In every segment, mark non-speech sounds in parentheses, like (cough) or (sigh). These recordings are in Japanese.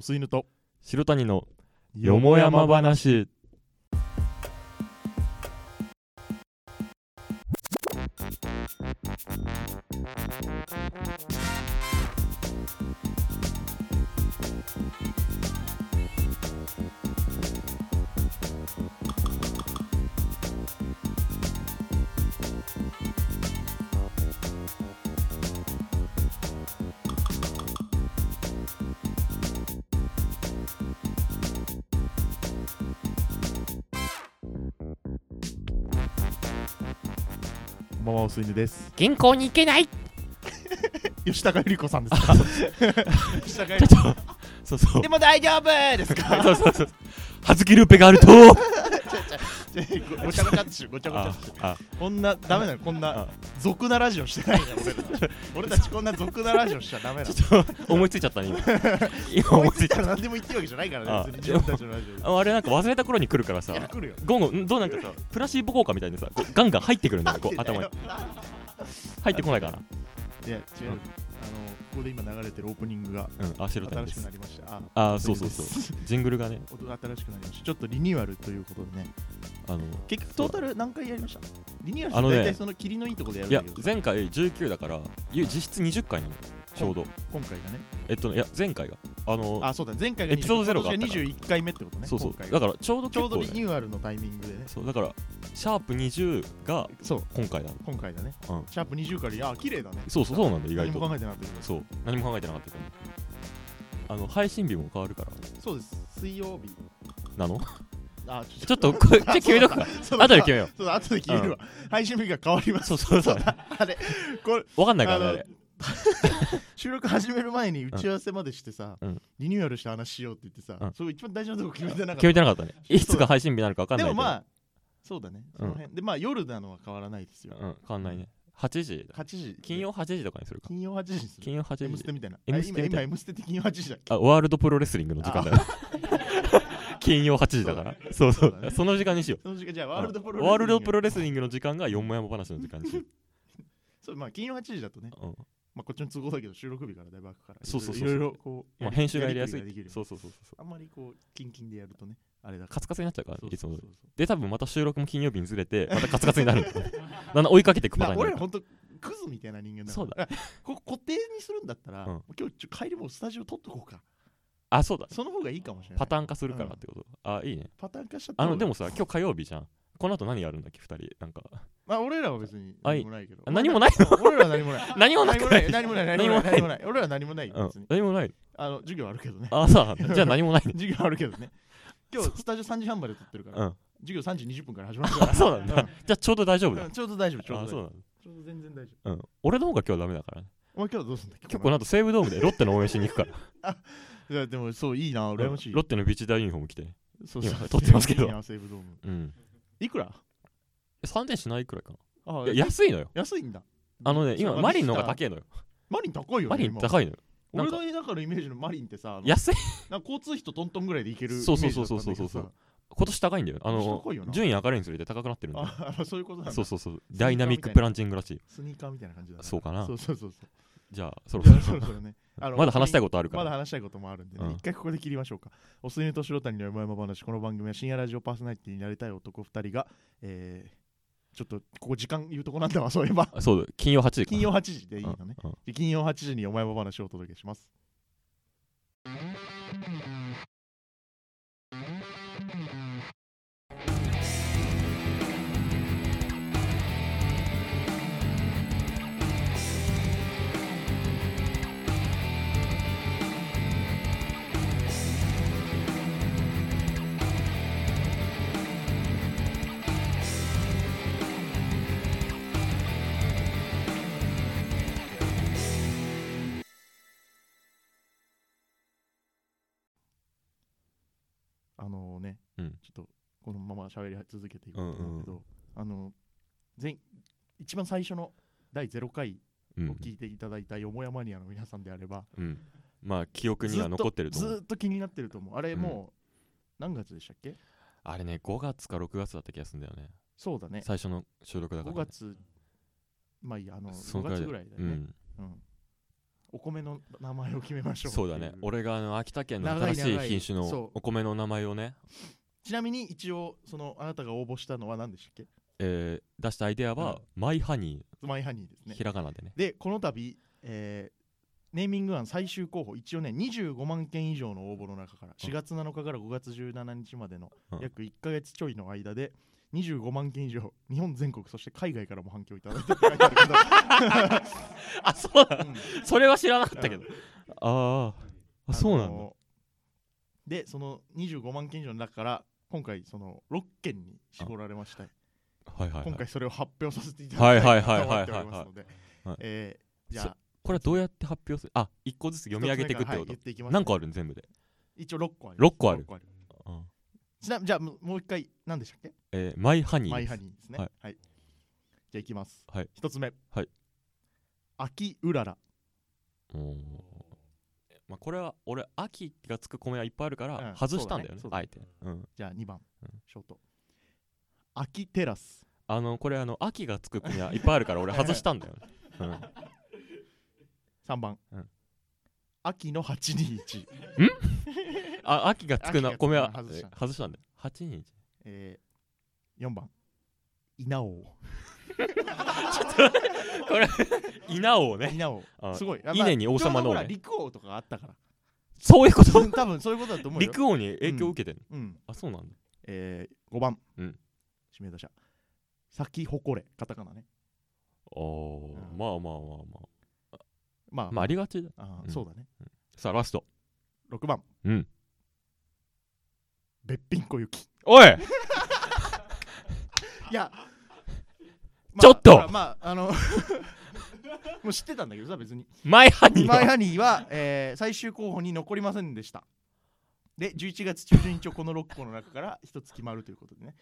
スイヌと白谷のよもやま話こんばんはオスイヌです銀行に行けない吉高由里子さんですか吉高由里ちょっとそうそうでも大丈夫ですかそうそうそうはずきルーペがあると (laughs) 子ごちゃごちゃっちゅうごちゃごちゃっあちゅうあこんなダメなのこんなあ俗なラジオしてないから俺たち俺たちこんな俗なラジオしちゃダメなのちょっと思いついちゃった (laughs) ね今今思思いいつついいちたゃっら何でも言ってるわけじゃないからあね別に自分たちのラジオでたあれなんか忘れた頃に来るからさいや来るよゴンゴンどうなんかさプラシーボ効果みたいにさこうガンガン入ってくるんだよこう頭に入ってこないかなにいや違うあのここで今流れてるオープニングがうんあ白谷新しでくすなりましたああそうそうそうジングルがね音が新しくなりましたちょっとリニューアルということでねあの結局トータル何回やりましたリニューアルしあてのね大体その霧のいいとこでやるいやんだけど前回19だからいや実質20回なのちょうど今回がねえっとねいや前回があのあそうだ前回がエピソードゼロがあったから21回目ってことねそうそう今回がだからちょうどちょ結うど構リねニューアルのタイミングでねそうだからシャープ20がそう今回だ今回だね、うんシャープ20からいや綺麗だねそうそうそうなんだ意外何もと考えてなかったけどそう何も考えてなかったけどあの配信日も変わるからそうです水曜日 (laughs) なのあちょっとこれちょっと決めとくか (laughs) そうだ後で決めよそうだ後で決めるわ、配信日が変わりまうす (laughs) そうそうそうあれこれわかんないからねああのれ収録始める前に打ち合わせまでしてさ、うんリニューアルした話しようって言ってさ、うんそう一番大事なとこ決めてなかった決めてなかったねいつが配信日になるかわかんないでけもどまあそうだねそのうん辺、でまあ夜なのは変わらないですよ、うん変わんないね8時8時金曜8時とかにするか金曜8時にする金曜8 M ス時テみたいな M あステみたい今今な M ステって金曜8時だっけあワールドプロレスリングの時間だよ (laughs) 金曜8時だからそうそそううだねその時間にしようその時間じゃあワールドプロレスワールドプロロレスリングの時間が4もやも話の時間にしよそうまあ金曜8時だとねう、うんまあこっちの都合だけど収録日からだいぶ空くからそうそうそうろいろこうやまあ、り編集がやりやすいりくりができるそうそうそうそうあんまりこうキンキンでやるとねあれだかカツカツになっちゃうかららそういつそうもそうで多分また収録も金曜日にずれてまたカツカツになるんだ (laughs) よねだんだん追いかけていくパだタかーンら俺らになるかほんとクズみたいな人間だからそうだ (laughs) こ固定にするんだったら、うん今日ちょ帰りもうスタジオ撮っとこうからあそうだその方がいいかもしれないパターン化するからってこと、あいいねパターン化しちゃったあ方がのでもさ今日火曜日じゃんこの後何やるんだっけ2人なんかまあ俺らは別にはい何もないけどあ何もないの俺らは何もない (laughs) 何もな (laughs) 何くもなないい何もない何もない何もない俺らは何もないうん別に何もないあの授業あるけどねあ (laughs) さあじゃあ何もないね授業あるけど (laughs) ね今日スタジオ3時半まで撮ってるからうん授業3時20分から始まるからあ (laughs) そうなんだ、じゃあちょうど大丈夫だ、うんちょうど大丈夫ちょうあど大そう丈なんだ夫ちょうど全然大丈うん、俺の方が今日はダメだからね夫お前今日はどうすんだっけ今日この後西武ドームでロッテの応援しに行く (laughs) からいやでもそういいなロ羨ましいッテのビチダーユニフォーム着てそうそう今撮ってますけどいいな西武ドームうん (laughs) いくら3000円しないくらいかあないや安いのよ安いんだあのね今マリンの方がい高いのよマリン高いよねマリン今高いのよなん俺かの中のイメージのマリンってさあの安いなんか交通費とトントンぐらいで行けるイメそうーそうジそだうったんだけどそうそうそうさ今年高いんだよあ今の年高いよな順位上がるにつれて高くなってるんだよあ (laughs) あそういうことなんだそうそうそうダイナミックプランチングらしいスニーカーみたいな感じだねそうかなそうそうそうそじゃあそろういそろや (laughs) そうそうねあのまだ話したいことあるかまだら話したいこともあるんでね、うん一回ここで切りましょうか。おすみと白谷の山々話、この番組は深夜ラジオパーソナリティになりたい男2人が、えーちょっとここ時間言うとこなんだわ、そういえ (laughs) ば。あそうだ金曜8時か金曜8時でいいのね。うんうんで金曜8時に山々話をお届けします。あのね、うんちょっとこのまま喋り続けていこうと思うんだけど、うあの前一番最初の第0回うをん聞いていただいたよもやマニアの皆さんであれば、うんまあ記憶には残ってるとず思ーうっと気になってると思うあれもう何月でしたっけ、あれね5月か6月だった気がするんだよねそうだね最初の収録だか5らね月まあいいやあのそ5のくらい月だぐらいだうよねんうん、お米の名前を決めましょうっていそうだね俺があの秋田県の長い新しい長い品種のそうお米の名前をね、ちなみに一応そのあなたが応募したのは何でしたっけえー出したアイデアは、マイハニマイハニーですーねひらがなでねでこの度、えーネーミング案最終候補一応ね25万件以上の応募の中からうん4月7日から5月17日までのうん約1か月ちょいの間で25万件以上日本全国そして海外からも反響いただいて書いてあるけど (laughs) あそうだうんそれは知らなかったけどあーあそうあなんだのでその25万件以上の中から今回その6件に絞られましたはいはい、今はい、回それを発表させていただきたいなと思っておりますのではいはいはいはいはいはいえーじゃあこれはどうやって発表するあ一個ずつ読み上げていくっ一つ目かてらはこ言とっていきますね何個あるん全部で、一応6個ある六個ある六うんちなみにじゃあもうもう一回何でしたっけえーマイハニーマでイすハニーですねははいい、じゃあいきますはい一つ目はい秋うららうんまあ、これは俺秋がつく米はいっぱいあるかうらん外したんだよね,、そうだあねえて、うん、じゃあ二番、うんショート秋テラスあのこれあの秋がつく米はいっぱいあ (laughs) るから俺外したんだよね、うん三番、うん秋の八二一あ秋がつ秋がつくくのなは米はえ外したー外したんだよ8人えー、4番稲尾稲王ね稲尾あすごい稲に王様のちょうどほ王ねら陸王とかあったからそういうこうとん多分そういうことだと思うよ、陸王に影響を受けてんの、うんあそうなんだえー、5番、うん指名打者咲き誇れカタカナねおーうんまあまあまあままあ、あまあありがちだあーうんそうだねさあラスト6番うんべっぴんこゆきおいいや、まあちょっとほらまああの (laughs) もう知ってたんだけどさ別にマイハニーマイはハニーは、えー最終候補に残りませんでしたで11月中旬一応この6個の中から1つ決まるということでね、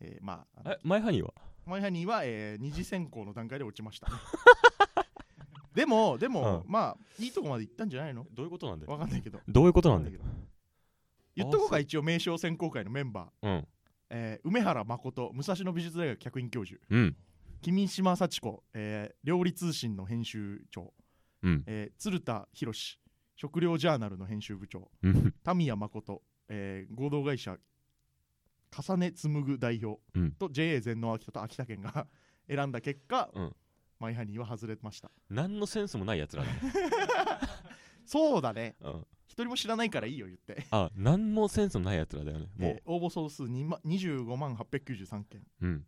えーまああのえマイハニーはマイハニーは、えー二次選考の段階で落ちましたね (laughs) でもでも、まあいいとこまで行ったんじゃないのどういうことなんだよわかんないけどどういうことなんだよわかんないけど言っとこうあかそう一応名称選考会のメンバー、うんえー梅原誠武蔵野美術大学客員教授うん君島幸子、えー料理通信の編集長、うんえー鶴田博志食料ジャーナルの編集部長うん田宮誠、えー合同会社重ね紡ぐ代表うんと JA 全農秋田と秋田県が (laughs) 選んだ結果、うんマイハニーは外れました何のセンスもないやつらだね、 (laughs) そうだねうん、一人も知らないからいいよ言ってあ何もセンスのないやつらだよねもう、えー応募総数2万25万893件うん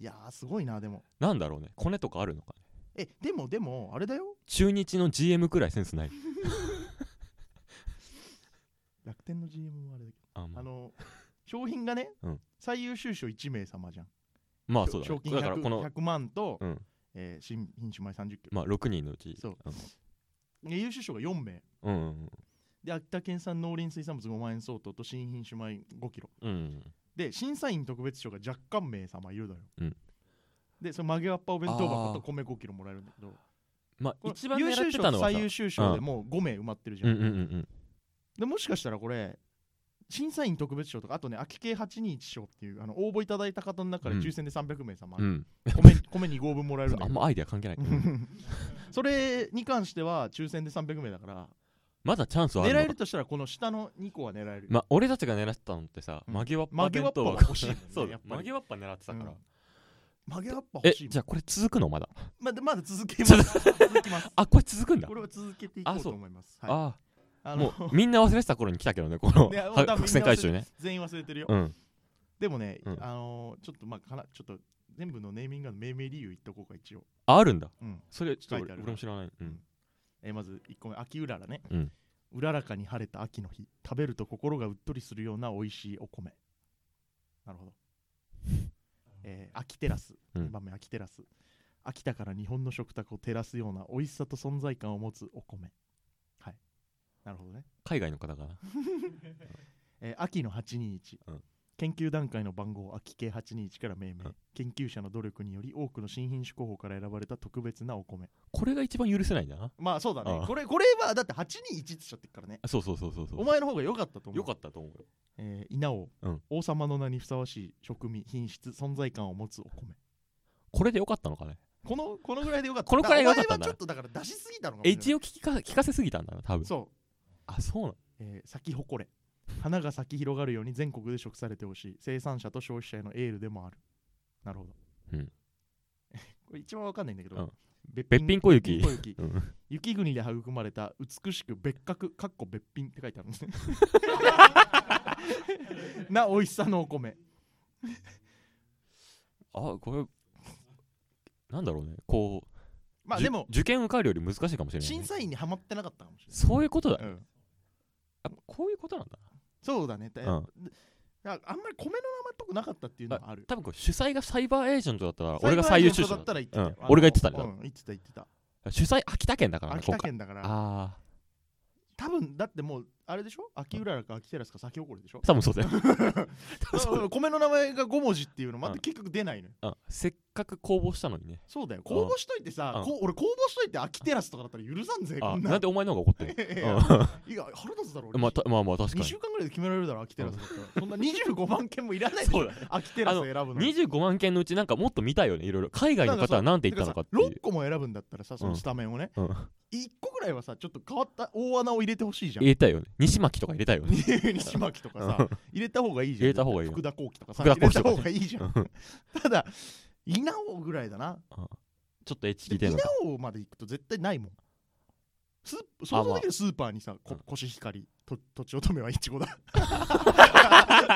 いやーすごいなでもなんだろうねコネとかあるのかねえでもでもあれだよ中日の GM くらいセンスない楽天の GM もあれだけあ,、まどあ、あの商品がね、うん最優秀賞1名様じゃんまあそうだ,、賞ね、金だから 100, この、 100万と、うんえー新品種米30キロ、まあ、6人のうちそうんで優秀賞が4名うんうんで秋田県産農林水産物5万円相当と新品種米5キロうんうんで審査員特別賞が若干名様いるだよ、うんでその曲げわっぱお弁当あー箱と米5キロもらえるんだけどまあこの一番優狙っ秀て賞たのとは最さ優秀賞でもう5名埋まってるじゃん、うんうんうんでもしかしたらこれ審査員特別賞とかあとね秋系821賞っていうあの応募いただいた方の中でうん抽選で300名様、うんうん米米2合分もらえるんそだうけどあんまアイデア関係ないけど (laughs) それに関しては抽選で300名だからまだチャンスはある狙のえかるとしたらこの下の2個は狙える、まあ俺たちが狙ってたのってさうん曲げわっぱ曲げわっ弁ぱ当が箱欲しいもんねそうやだよっぱり曲げわっぱ狙ってたから、うん曲げわっぱえ欲しいもんじゃあこれ続くのまだまだまだ続けます続きますあこれ続くんだこれは続けていこあうそとう思いますはいあああのもうみんな忘れてた頃に来たけどねこのいやもう多分伏線回収ね全員忘れてるよ、うんでもね、うんあのーちょっとまあかなちょっと全部のネーミングの命名理由言っとこうか一応、ああるんだうんそれちょっ書といて俺ある俺も知らない、うん、えーまず1個目秋うららね、うんうららかに晴れた秋の日食べると心がうっとりするような美味しいお米な (laughs) るほど、えー秋テラス、うん2番目秋テラス秋田から日本の食卓を照らすような美味しさと存在感を持つお米はいなるほどね、海外の方かなえー秋の821、うん研究段階の番号秋系821から命名、うん研究者の努力により多くの新品種候補から選ばれた特別なお米これが一番許せないんだなまあそうだねああこれこれはだって821ってしちゃってるからねあそうそうそうそうそうお前の方が良かったと思うよかったと思うよえー稲を、うん王様の名にふさわしい食味品質存在感を持つお米これでよかったのかねこのこのぐらいでよかったこのくらいでよかったんだお前はちょっとだから出しすぎたのかもしれない一応聞きか聞かせすぎたんだな多分そうあそうなのえー咲き誇れ花が咲き広がるように全国で食されてほしい生産者と消費者へのエールでもあるなるほど、うん (laughs) これ一番わかんないんだけど、うんべっべっぴん小雪べっぴん小雪うん雪国で育まれた美しく別格かっこ別品って書いてあるん (laughs) ですね (laughs) な美味しさのお米あこれなんだろうねこうまあじゅでも受験受かるより難しいかもしれないね、審査員にはまってなかったかもしれそういうことだ、ない、うんあこういうことなんだそうだねだな、ああうん、んまり米の名前っぽくなかったっていうのはある多分これ主催がサイバーエージェントだったら俺が最優秀裁判所者だだったら言ってたよ、うん俺が言ってたんだね、うん、言ってた言ってた主催秋田県だからね秋今田回県だからああ多分だってもうあれでしょ秋浦か秋テラスか先誇りでしょ多分そうだよ多 (laughs) 分そうだようん米の名前が5文字っていうのまうたん結局出ないのようんせっかく公募したのにねそうだよ公募しといてさうんこう俺公募しといて秋テラスとかだったら許さんぜこあんななんのでお前の方が怒ってるいやいやいや腹立つだろ (laughs) うんまあたまあまあ確か2に週間ぐらいで決められるだろ秋テラスだったらそんな25万件もいらないでし (laughs) そうょだね秋テラス選ぶのに25万件のうちなんかもっと見たいよねいろいろ海外の方はなんて言ったのかっていう6個も選ぶんだったらさそのスタメンをねうん1個ぐらいはさちょっと変わった大穴を入れてほしいじゃん入れたいよね西巻とか入れたいよね (laughs) 西巻とかさ入れた方がいいじゃん入れた方がいいよ福田幸喜とかさ福入田れ幸喜たとか方がいいじゃんただ稲尾ぐらいだなちょっとエッチで聞いてん稲のか尾まで行くと絶対ないもんスープ想像できるスーパーにさ、こうんコシヒカリととちおとめはいちご (laughs) だ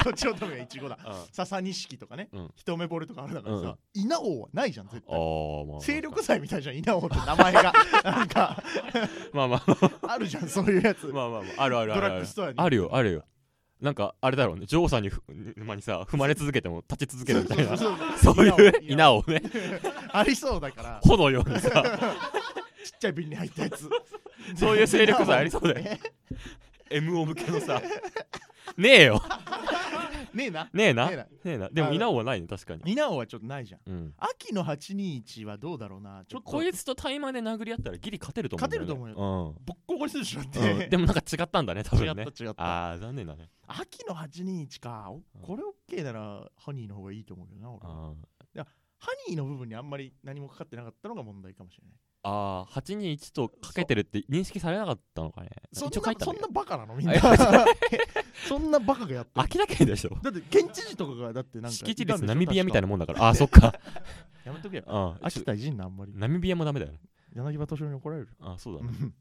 とちおとめはいちごだうん (laughs) あ笹錦とかね、うん一目惚れとかあるだからうんうさん、稲尾はないじゃん絶対ーまあ精力剤みたいじゃん稲尾って名前 (laughs) がなんかまあまあまああるじゃんそういうやつ、まあまあまああるあるあドるラあッグるストアにあるよあるよなんかあれだろうね女王さんにふまにさ踏まれ続けても立ち続けるみた (laughs) いなそうそうそそうういう稲稲尾をねありそうだから炎の (laughs) ようにさちっちゃい瓶に入ったやつ。そういう勢力図ありそうだよ (laughs) ね M オ向けの (laughs) さねえよねえな。ねえなねえねなえなでも稲尾はないね確かにニナオはちょっとないじゃん。うん秋の821はどうだろうな。ちょっとこいつと対マンで殴り合ったらギリ勝てると思うんだよ、ね、勝てると思ボッコボコにするでしょだって。うん、うん、でもなんか違ったんだね多違分ねった違った。ああ残念だね秋の821か。おこれ OK ならハニーの方がいいと思うけどな。俺ハあニーの部分にあんまり何もかかってなかったのが問題かもしれない。あー821とかけてるって認識されなかったのかねそん一応書いなたそんんだなけバカなのみんなあ。 (laughs) そんなバカがやってどる。明らかにでしょだって県知事とかがだってなんか敷地率ナミビアみたいな。なもんだからあーそっ (laughs) かやめとけよ。うん秋田いじんなあんまり。ナミビアもダメだよね柳葉敏郎に怒られる。あーそうだうねん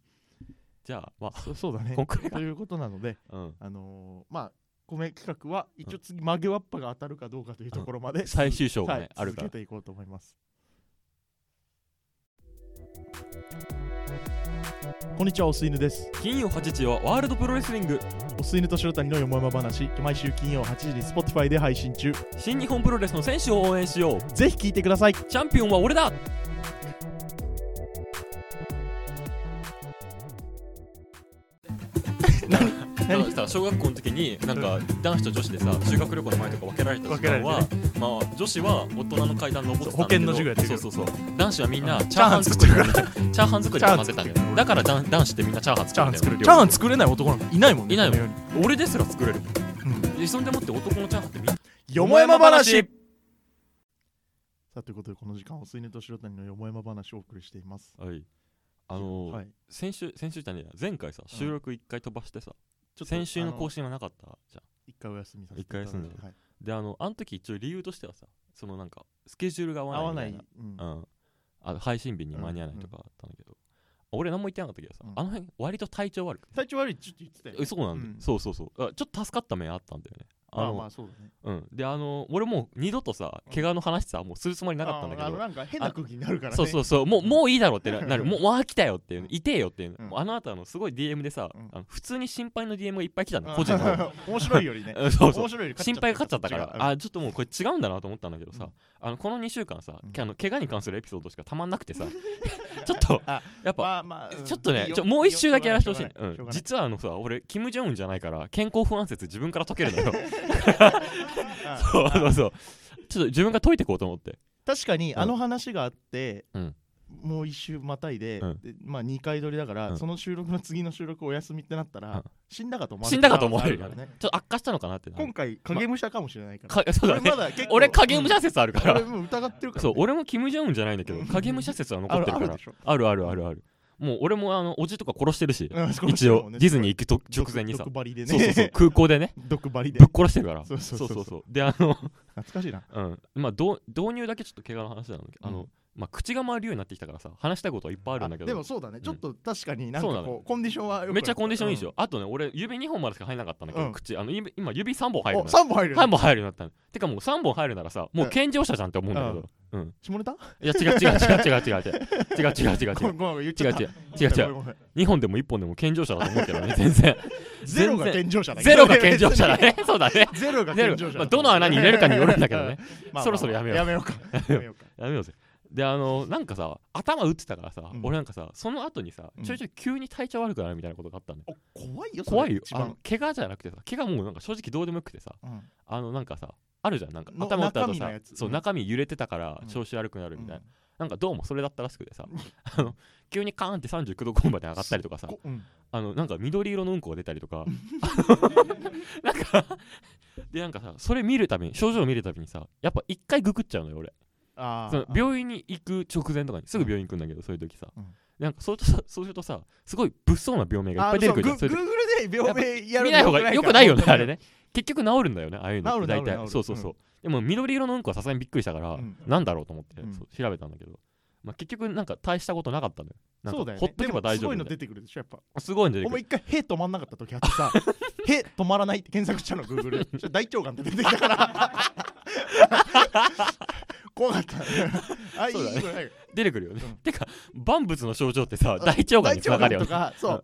じゃあま (laughs) そそうだねあ。こんくらいかということなので、うんあのーまあ、米企画は一応次、曲げわっぱが当たるかどうかというところまで、最終章がね、はいあるから続けていこうと思います。こんにちは、おすいぬです。金曜8時はワールドプロレスリングおすいぬとしろたにのよもやま話、毎週金曜8時に Spotify で配信中。新日本プロレスの選手を応援しようぜひ聞いてください。チャンピオンは俺だ何さ小学校の時になんか男子と女子でさ修学旅行の前とか分けられた時間は、分まあ女子は大人の階段登ってたんだけどそう保健の授業やってるよそうそうそう男子はみんなんチャーハン作りチャーハチャーハン作りが混ぜたんだよだから男男子ってみんなチャーハン作るんだよ作れない男なんかいないもんねいないもんよ俺ですら作れるもん、でそんでもって男のチャーハンってみんなもやま話よさあということで、この時間、おすいぬとしろたにのよもやま話をお送りしています。はいあのーはい、先週先週じゃねえや前回さ収録一回飛ばしてちさ、ょっと先週のあ更新はなかったじゃん一回お休みさせていただいて一回休んではいであのあの時一応理由としてはさそのなんかスケジュールが合合わわなないみいたい、うんな、うん、あの配信日に間に合わないとかあったんだけど、俺何も言ってなかったけどさ、うんあの辺割と体調悪くて体調悪いってちょっと言ってたよえねそうなんだよ、うんそうそうそうあちょっと助かった面あったんだよねあまあのまあそうだねうん、であの俺もう二度とさ怪我の話さもうするつもりなかったんだけあのどなんか変な空気になるからねそうそううそうもうもういいだろうっ (laughs) てななるもうわあ来たよっていう痛えよっていう、うんもうあの後あのすごい DM でさ、うんあの普通に心配の DM がいっぱい来たのん個人の方で (laughs) 面白いよりねうん (laughs) そうそう面白いより心配がかかっちゃったからああちょっともうこれ違うんだなと思ったんだけどさ、うんあのこの2週間さ、うんあの怪我に関するエピソードしかたまんなく (laughs) てさちょっとあやっぱ、まあまあんちょっとねいいよちょもう一周だけやらせてほしいょうがなうんしょうがない実はあのさ俺キム・ジョンウンじゃないから健康不安説自分から解けるの (laughs) よあそうそうそうちょっと自分が解いていこうと思って確かにうんあの話があってうんもう一周またいで,で、うんまあ、2回撮りだから、うんその収録の次の収録お休みってなったら、うん死んだかと思われ死るんだかと思われる可よ能性あねからねちょっと悪化したのかなってな今回影武者かもしれないから、かそうだ俺ねまだ結構俺影武者説あるから、俺もう疑ってるから (laughs) そうね、俺もキム・ジョンウンじゃないんだけど影武者説は残あってるるあかるらでしょあるあるあるあるもう俺もあのおじとか殺してるしうんそこの一人応もねディズニー行くと直前にさ毒針でねそうそうそう空港でね毒針でぶっ殺してるからそうそうそそううそうそうそうであの懐かしいなうんまあどう導入だけちょっと怪我の話なんだけど、うんあのまあ口が回るようになってきたからさ話したいことはいっぱいあるんだけでどもそうだね、んちょっと確かになんかそうなのこうコンディションは良くなめっちゃコンディションいいでしょ、うあとね俺指2本までしか入らなかったんだけど、うん口あの指今指3本ん入るおのよ3本入る3本入るようになったのてかもう3本入るならさもう健常者じゃんって思うんだけど、下ネタいや違う違う違う違う違う違う違う違う違う違うごめんごめん言っ違ちゃうった違う違う違ごめうんごめん2本でも1本でも健常者だと思うけどね全然ゼロが全然健常者だけどゼロが健常者だねそうだねゼロがゼロ健常者まあ、どの穴に入れるかによるんだけどね (laughs) まあまあまあそろそろやめようやめようかやめようかやめようぜであのなんかさ頭打ってたからさ、うん俺なんかさその後にさうんちょいちょい急に体調悪くなるみたいなことがあったんだよ、お怖いよそれ怖いよ一あの番怪我じゃなくてさ怪我もうなんか正直どうでもよくてさうんあのなんかさあるじゃんなんかの頭打った中後身さのやつそううん中身揺れてたからうん調子悪くなるみたいな、うんなんかどうもそれだったらしくてさあの急にカーンって39度コンまで上がったりとかさこうんあのなんか緑色のうんこが出たりとか (laughs) なんかでなんかさそれ見るたびに症状を見るたびにさやっぱ一回ググっちゃうのよ俺あそのー病院に行く直前とかにすぐ病院行くんだけどそういう時さ、うんなんかそうするとさそうするとさすごい物騒な病名がいっあぱい出てくるじゃそんうそういう時 Google で病名やる見ない方がよくないよねあれねね結局治るんだよねああいうのっ治るて大治る体治るそうそうそう、でも緑色のうんこはさすがにびっくりしたから、うんなんだろうと思って、うんそう調べたんだけど、まあ、結局なんか大したことなかったのよなんかそうだよほねっとけば大丈夫でもすごいみのた出いてくるでしょやっぱなすごいんじゃお前一回「へ」止まんなかった時あってさ (laughs) 「へ」止まらないって検索したの Google (laughs) そしたら大腸がんって出てきたから (laughs) 怖かったあいいそうだねいいことないよ出てくるよね、うんてか万物の症状ってさ大腸がんにつながるよ大ね腸がんとかそう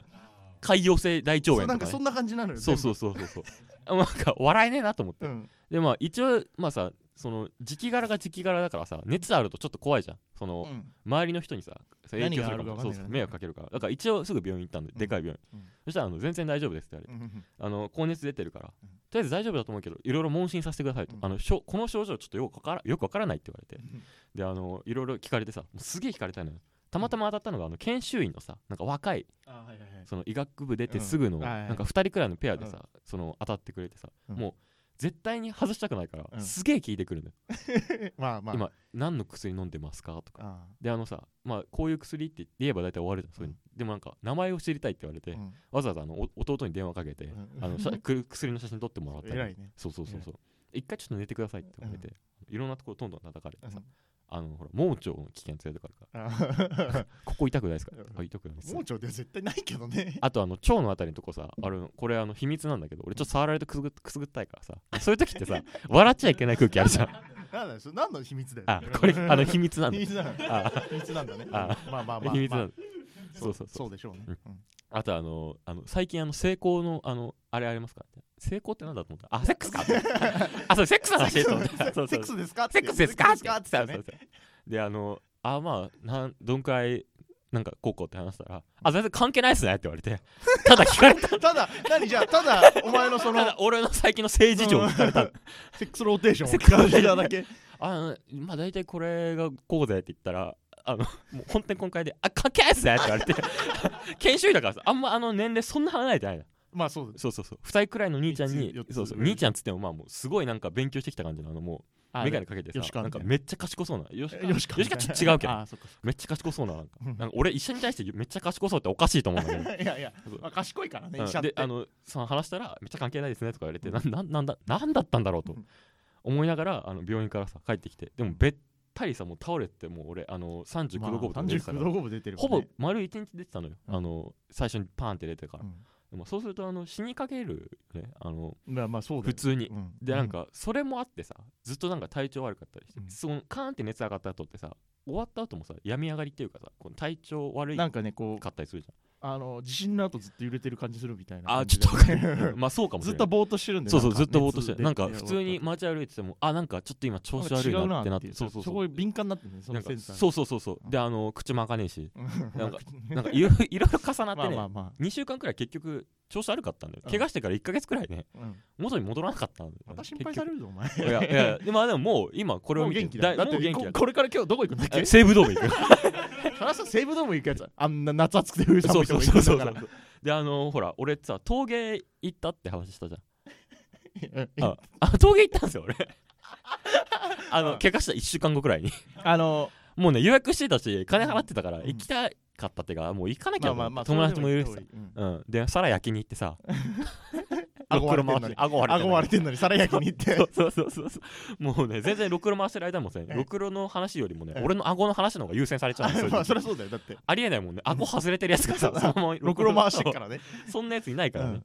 潰瘍性大腸そう炎なとんか,、かねそ、んな感じなのよそうそうそうそうそう (laughs) あなんか笑えねえなと思って全部うんでまあ一応まあさその時期柄が時期柄だからさ熱あるとちょっと怖いじゃんその、うん周りの人にさ影響何がするかあるかもわかんそないからうそねう迷惑かけるからだから一応すぐ病院行ったんで、うんでかい病院、うんそしたらあの全然大丈夫ですって言われて、うんうんあの高熱出てるから、うんとりあえず大丈夫だと思うけどいろいろ問診させてくださいと、うんあのしょこの症状ちょっとよくわからよくわからないって言われて、うんであのいろいろ聞かれてさもうすげえ聞かれたのよたまたま当たったのがあの研修医のさなんか若いあはいはいはいその医学部出てすぐの、うんはいはいなんか2人くらいのペアでさ、その当たってくれてさ、うんもう絶対に外したくないから、うんすげえ聞いてくるのよ、まあまあ今何の薬飲んでますかとかあであのさまあこういう薬って言えば大体終わるじゃんそういうの、でもなんか名前を知りたいって言われて、ーうんわざわざあのお弟に電話かけて、うん (laughs) あのさく薬の写真撮ってもらったり偉いねそうそうそうそう一回ちょっと寝てくださいって言われて、いろんなところどんどん叩かれてさ、うんあのほら盲腸の危険性とかあるかあらー (laughs) ここ痛くないですか、うんあ痛くないです盲腸では絶対ないけど (laughs) ねあとあの腸のあたりのとこさあれこれあの秘密なんだけど俺ちょっと触られてくすぐくすぐったいからさそういう時ってさ (laughs) 笑っちゃいけない空気ある (laughs) じゃんなんだよそれ何の秘密だよあこれあ (laughs) の秘密なんだ秘密なんだあ秘密なんだねまああまあまあまあ秘密なんだそうそうそうそうでしょうねうんうんあとあのあの最近あの成功のあのあれありますか成功ってなんだと思ったあセックス (laughs) かあそれセックスの話と思ったそうセッそうクスですかセックスですかセックスですかってそうねそうそうであのあまあなんどんくらいなんか高校って話したらあ全然関係ないっすねって言われてただ聞か (laughs) れたただ何じ (laughs) ゃあただお前のそたのだ俺の最近の政治情を聞かれたうん (laughs) セックスローテーションをセックスローテーション聞かれただけあまあ大体これがこうぜって言ったらあのもう本当に今回で「あ関係ないっすね」って言わ (laughs) れて研修医だからさあんまあの年齢そんな離れてないのまあそうですそうそうそう2人くらいの兄ちゃんに三つ四つそうそうぐらい兄ちゃんっつってもまあもうすごいなんか勉強してきた感じのあのもう眼鏡かけて吉さ川なみんかたいなめっちゃ賢そうなよしえよしかよしかちょっと違うけどあーそっかそめっちゃ賢そうななんかっかなんか俺医者に対してめっちゃ賢そうっておかしいと思うんだけどいやいやそう、まあ、賢いからね、う医者んっでて。あのその話したらめっちゃ関係ないですねとか言われて、なん、なんなんだなんだったんだろうとうん思いながらあの病院からさ帰ってきてでもべったりさもう倒れてもう俺あの39度5分出てた39か度ら5分出てる、ね。ほぼ丸1日出てたのよ、うんあの最初にパーンって出てからう、ん、でもそうするとあの死にかけるねあのまあまあそうだ普よ。通に、うんでなん、かそれもあってさずっとなんか体調悪かったりして、うんそのカーンって熱上がった後ってさ終わった後もさ病み上がりっていうかさこの体調悪ういんなかんかね、こう、ったりするじあの地震の後ずっと揺れてる感じするみたいなゃんあ感ちじょで。っとわかるまあそうかもし (laughs) ずれっなといぼーっとしてるんで。そうそうなんずかっとぼーっとして熱出なんか普通に街歩いててもあなんかちょっと今調子悪いなんか違うなってなっていうそうそうそそうこ敏感になってるね、そのなんかセンサーに。そうそうそうそうで (laughs) あの口も開かねえしうんなんかなんかいろいろいろいろ重なっまてあねまあま2週間くらい結局調子悪かったんで怪我してから1ヶ月くらいねうん、元に戻らなかったんで、また心配されるぞお前結局いやいやでまあでももう今これをもう見て元気だよだっもうて元気こだこれから今日どこ行くんだっけ (laughs) え西武ドーム行くそらさ西武ドーム行くやつあんな夏暑くて冬そ寒ういとそこう行そくうんそだうからであのほら俺さ陶芸行ったって話したじゃんうんああ陶芸行ったんですよ (laughs) 俺あうのん怪我した1週間後くらいに (laughs) あのもうね予約してたし金払ってたからうん行きたかったってかもう行かなきまゃあまあまあと思って友達もいそるしされで行った方がいいうん、でさら焼きに行ってさうんろくろ (laughs) 憧れてんの回にし顎割れて憧れてんのに皿焼きに行って (laughs) そうそうそうそうそうもうね全然ろくろ回してる間もさろくろの話よりもねええ俺の顎の話の方が優先されちゃうんです (laughs) よまあそりゃそうだよだってありえないもんね顎外れてるや (laughs) つがさそのままろくろ回してっかららねそんなやついないからね、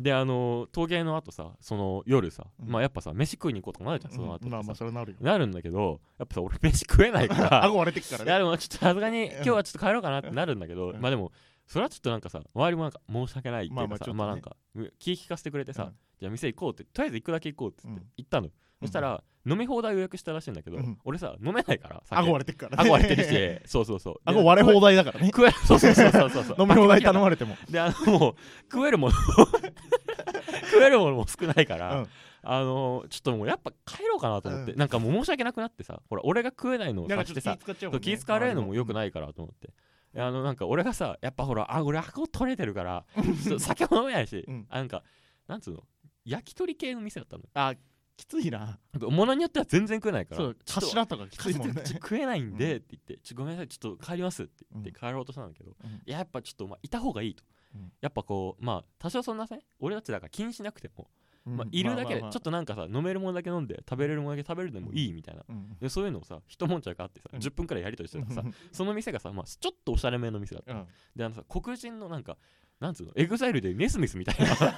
であの陶芸の後さその夜さ、うんまあやっぱさ飯食いに行こうとかなるじゃん、その後ってうんさまあまあそれはなるよなるんだけどやっぱさ俺飯食えないか (laughs) ら顎割れてっからいやねでもちょっとさすがに今日はちょっと帰ろうかなってなるんだけど、うんまあでもそれはちょっとなんかさ周りもなんか申し訳ないっていうかさ、まあまあちょっとねまあなんかう気聞かせてくれてさ、うんじゃあ店行こうってとりあえず行くだけ行こうって言ってうん行ったの、そしたら飲み放題予約したらしいんだけど、うん俺さ飲めないから酒顎割れてっからね (laughs) 顎割れて (laughs) るしそうそうそう顎割れ放題題だから (laughs) ね食えそうそうそうそうそうそう (laughs) 飲み放題頼まれても (laughs) であのもう食えるもの (laughs) 食えるものも少ないかうら、んあのちょっともうやっぱ帰ろうかなと思って、うなんかもう申し訳なくなってさほら俺が食えないのをなん察かしちょってとさ気使っちゃうそうもんね気使われるのも良くないからと思って。であのなんか俺がさやっぱほらあ俺箱取れてるからそう酒も飲めないし、うんあなんかなんつうの焼き鳥系の店だったのあきついななんか物によっては全然食えないからそうちょっと柱とかきついもんねちょっと食えないんでうって言って、ちょごめんなさいちょっと帰りますって言ってうん帰ろうとしたんだけど、うんいややっぱちょっとまあいた方がいいと、うんやっぱこうまあ多少そんなさ俺たちだから気にしなくても、うんまあ、いるだけでちょまあまあまあっとなんかさ飲めるものだけ飲んで食べれるものだけ食べるのもいいみたいな、うんでそういうのをさ一悶着あってさ、うん10分くらいやりとりしてたらさ、うんその店がさ、まあ、ちょっとおしゃれめの店だっ (laughs) た、うんであのさ黒人のなんかなんつうのエグザイルでネスミスみたい (laughs) な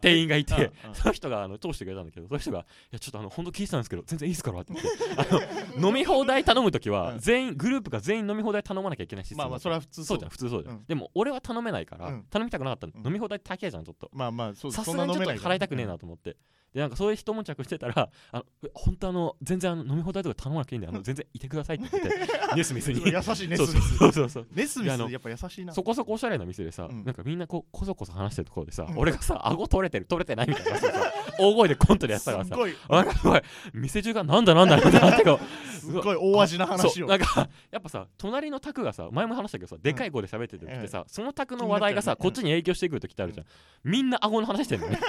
店員がいて、うんうんその人があの通してくれたんだけどその人が「いやちょっとあの本当聞いてたんですけど全然いいですから」って (laughs) 言ってあの飲み放題頼む時うはん全員グループが全員飲み放題頼まなきゃいけないシステムまあまあそれは普通そうじゃん普通そうじゃん、うんでも俺は頼めないから、うん頼みたくなかったの、うん飲み放題高えじゃんちょっとまあまあそうさすがにちょっと払いたくねえなと思って、でなんかそういう一悶着してたら「あのえ本当あの全然あの飲み放題とか頼まなくていいんであの全然いてください」って言って (laughs) ネスミスそんにな飲めないから優しいネスそうミそうスそうそうそうネスミいやあのスやっぱ優しいなそこそこおしゃれな店でさ、うんなんかみんなこうこそこそ話してるところでさ、うん俺がさ顎取れてる取れてないみたいなさ大声でコントでやっすてたからっさごいなんかすごい店中がなんだなんだなんだってこすっごい大味な (laughs) う話そうをなんかやっぱさ隣の卓がさ前も話したけどさでかい声で喋っててってさ、その卓の話題が気になっちゃさうねこっちに影響してくる時ってあるじゃん、みんな顎の話してるの (laughs) ね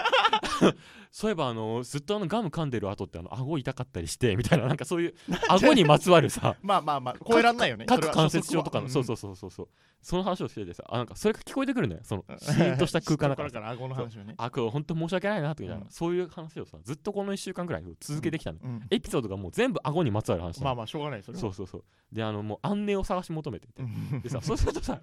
そういえばあのずっとあのガム噛んでる後ってあの顎痛かったりしてみたいななんかそういう顎にまつわるさまあまあまあ超えらんないよねそれ各は関節症とかこのはそうそうそうそうそうその話をしててさあなんかそれが聞こえてくるんだよそのうんシーンとした空間 (laughs) だから下から顎の話をねあこれ本当申し訳ないなとみたいな、うんそういう話をさずっとこの1週間ぐらい続けてきたの、うんエピソードがもう全部顎にまつわる話なのまあまあしょうがないそれはそうそうそうであのもう安寧を探し求めててうん (laughs) でさそうすると (laughs) さ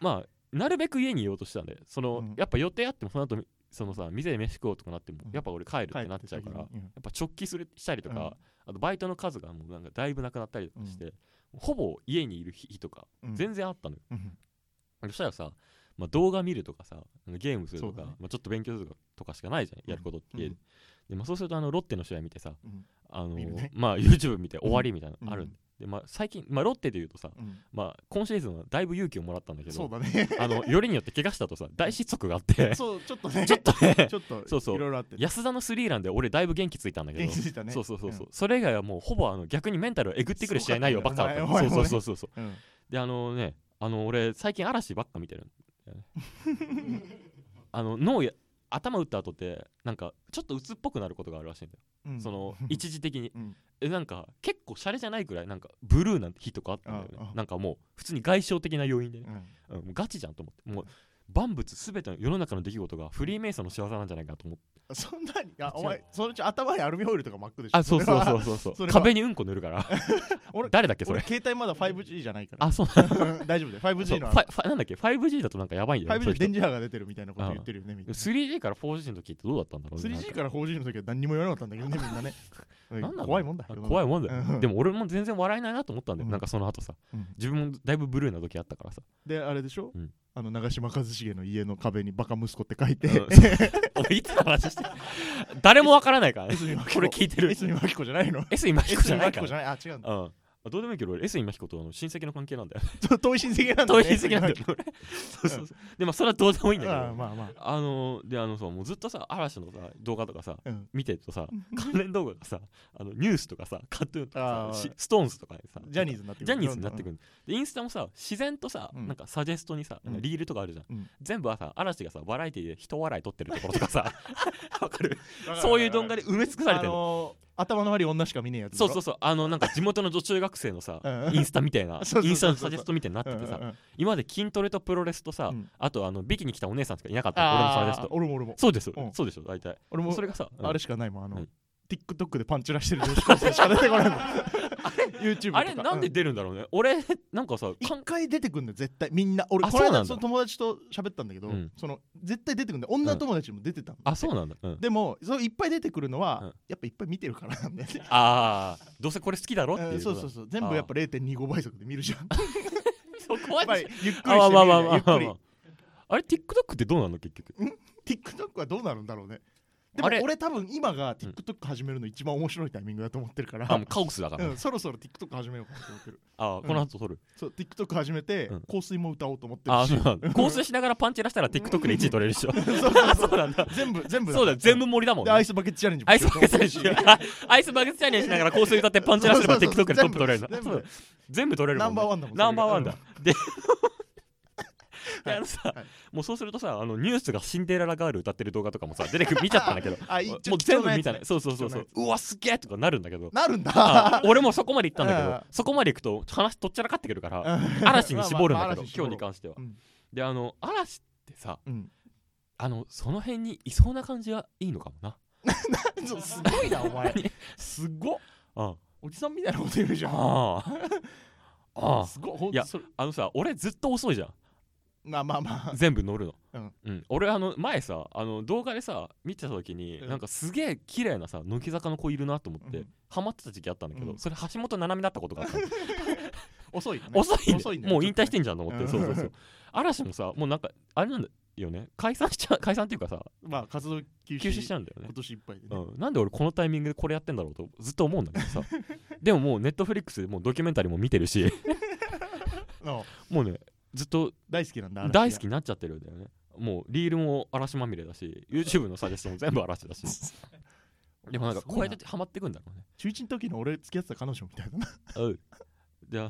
まあなるべく家にいようとしてたんでその、うんやっぱ予定あってもその後そのさ店で飯食おうとかなってもうんやっぱ俺帰るっ帰ててなっちゃうから、やうんっぱ直帰するしたりとか、あとバイトの数がもうなんかだいぶなくなったりとかして、ほぼ家にいる日とかうん全然あったのよ、うんそしたらさ、まあ、動画見るとかさゲームするとそか、うだねまあ、ちょっと勉強するとかとかしかないじゃんやることって家で,、うんでまあ、そうするとあのロッテの試合見てさ、うんあの見るねまあ、YouTube 見て終わりみたいなうんのあるんで,、でまあ、最近、まあ、ロッテでいうとさ、うんまあ、今シーズンはだいぶ勇気をもらったんだけそうどだねあのよりによって怪我したとさ大失速があってそう (laughs) ちょっとねちょっとねちょっとそうそういろいろあってね (laughs) 安田のスリーランで俺だいぶ元気ついたんだけど元気づいたねそうそうそうそう、それ以外はもうほぼあの逆にメンタルをえぐってくる試合内容ばっかだったすごかったよそうお前そうそうそうそううんうんであのねあの俺最近嵐ばっか見てるんだよねあの脳や頭打った後ってなんかちょっと鬱っぽくなることがあるらしいんだよ、うんその一時的にうんえなんか結構シャレじゃないくらいなんかブルーな日とかあったんだよあねあなんかもう普通に外傷的な要因でね、うんうんもうガチじゃんと思ってもう万物すべての世の中の出来事がフリーメイソンの仕業なんじゃないかと思ってそんなにあお前そのうち頭にアルミホイルとか巻くでしょあそうそうそううそうそうそれは壁にうんこ塗るから (laughs) 俺誰だっけそ俺れ携帯まだ 5G じゃないからあそうなん大丈夫だよそう 5G フのァイファイなんだっけ 5G だとなんかやばいんだよね 5G そのういう人電磁波が出てるみたいなこと言ってるよねみんな 3G から 4G の時ってどうだったんだろうね 3G から 4G の時は何にも言わなかったんだけどねみんな (laughs) ねなんだろう怖いもんだなんか怖いもんだよ、よでも俺も全然笑えないなと思ったんだよ、うんなんかその後さうん自分もだいぶブルーな時あったからさであれでしょ、うんあの長嶋一茂の家の壁にバカ息子って書いて、 (laughs) うんおいいつの話して誰もわからないからね江角真紀子 (laughs) これ聞いてる江角真紀子じゃないの江角真江角紀子じゃない真か紀子じらゃ (laughs) ないあ違うんだうんあどうでもいいけど俺 S 今彦とあの親戚の関係なん (laughs) だよ遠い親戚なんだ遠ねい親戚なんだよ俺そうそうそうでまあそれはどうでもいいんだけどああまあまあのであのさもうずっとさ嵐のさ動画とかさあうん見てるとさ関連動画がさあのニュースとかさカトゥーンとかあーさしストーンズとかにさジャニーズになってくるジャニーズになってくる、でインスタもさ自然とさ、うんなんかサジェストにさなんかリールとかあるじゃん、うん全部はさ嵐がさバラエティで人笑い取ってるところとかさ (laughs) わかるうんわかるそういう動画で埋め尽くされてあるののー頭の悪い女しか見ねえやつそうそううそうあのなんか地元の女中学生のさうんインスタみたい (laughs) なそうそうそうそうインスタのサジェストみたいになっててさ、んうんうん今まで筋トレとプロレスとさ、うんあとあのビキに来たお姉さんしかいなかったの俺のサジェスあート俺も俺もそうです、うんそうでしょ大体俺もそれがさ、うんあれしかないもんあの、うん TikTok でパンチラしてる女子高生しか出てこ (laughs) ないもん YouTube とかあれなんでう出るんだろうね、俺なんかさかん一回出てくんだよ絶対みんな俺あこのそうなん間だその友達と喋ったんだけど、うんその絶対出てくんだよ女友達も出てたの、あそうなんだ、うん、でもそれいっぱい出てくるのは、うんやっぱいっぱい見てるからなんだよねああどうせこれ好きだろっていうう、んそうそうそう全部やっぱ0.25倍速で見るじゃんや (laughs) そう怖っいでぱしりょゆっくりあしてまあ見まるあじまゃんゆっくあまあまりああれ TikTok ってどうなの結局 TikTok はどうなるんだろうねであもれ俺多分今が TikTok 始めるの一番面白いタイミングだと思ってるから、あもうカオスだから、うん、そろそろ TikTok 始めようかなと思ってるあこの後撮る、そう TikTok 始めて、うん香水も歌おうと思ってあるそうしなんだ構成しながらパンチラしたら TikTok で1位取れるでしょそうそうそうなんだ全部全部そうだ全部部盛りだもん、でアイね、スバケツチャレンジもアイスバケツチャレンジアイスバケツチャレンジしながら構成歌ってパンチラすれそばうそうそう TikTok でトップ取れるんだ全部そうだ全部取れるもナん、ンバね、ーワンだもんナンバーワンだ。で、ではいあのさ、はいもうそうするとさ、あのニュースがシンデレラガール歌ってる動画とかもさ、出てくる見ちゃったんだけど、あいいもうちょもう全部貴見重なたやね。つそうそうそうそう。うわ、すげえとかなるんだ (laughs) けど。なるんだあ俺もそこまで行ったんだけうんど、そこまで行くと話とっちゃらかってくるから、うん嵐に絞るん (laughs) まだけあまあど、嵐に絞ろう今日に関してはうん。で、あの、嵐ってさ、うんあの、その辺にいそうな感じがいいのかもな。 (laughs) そうすごいなお前何すごっあおじさんみたいなこと言うじゃんあ。ああ。すごいほんいやそれあのさ、俺ずっと遅いじゃん。まあまあまあ全部乗るの、うん俺あの前さあの動画でさ見てた時に、うんなんかすげえ綺麗なさ乃木坂の子いるなと思って、うんハマってた時期あったんだけど、うんそれ橋本七海だったことがあったの (laughs) 遅いよね遅い,、ね、遅いねもう引退しちょてんじゃんと思って、うんそうそうそう嵐もさもうなんかあれなんだよね解散しちゃう解散っていうかさっとねまあ活動休止休止しちゃゃうんだよね今年いっぱいでねうん、なんで俺このタイミングでこれやってんだろうとずっと思うんだけ (laughs) どさでももうネットフリックスでもうドキュメンタリーも見てるしあもうねずっと大好きなんだ嵐が大好きになっちゃってるんだよねもうリールも嵐まみれだし YouTube のサジェストも全部嵐 (laughs) だしでもなんかすごいこうなやってハマってくんだろ中1の時の俺付き合ってた彼女みたい (laughs) だなうね (laughs) うんであ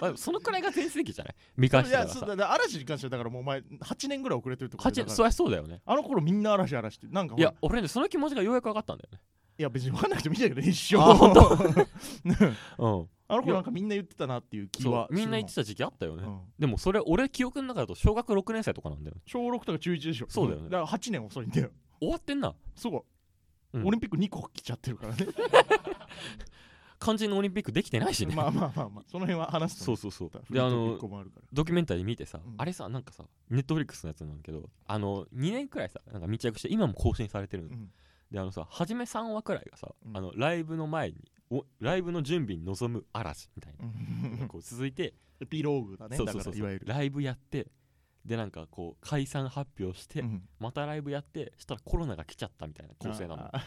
まあそのくらいが全盛期じゃない見返いしてたやらそうさだだから嵐に関してはだからもうお前8年ぐらい遅れてるってことだ八よだかそらりゃそうだよねあの頃みんな嵐嵐ってなんかほいらや俺ねその気持ちがようやく分かったんだよねいや別に分かんなくてもいいんだけどね一生あ本 (laughs) ねうんあの頃なんかみんな言ってたなっていう気はそうみんな言ってたた時期あったよね、うんでもそれ俺記憶の中だと小学6年生とかなんだよね小6とか中1でしょそうだよねから8年遅いんだよ終わってんなすごいうんオリンピック2個来ちゃってるからね肝心のオリンピックできてないしね、まあまあまあまあその辺は話すとそねうそうそうフリであートークの一個もあるからドキュメンタリー見てさ、うんあれさなんかさネットフリックスのやつなんだけどあの2年くらいさなんか密着して今も更新されてるの、うんであのさ初め3話くらいがさ、うんあのライブの前におライブの準備に臨む嵐みたいな、こう続いて、エピローグだねそうだそうかそらういわゆるライブやってでなんかこう解散発表して、うんまたライブやってしたらコロナが来ちゃったみたいな構成なのああ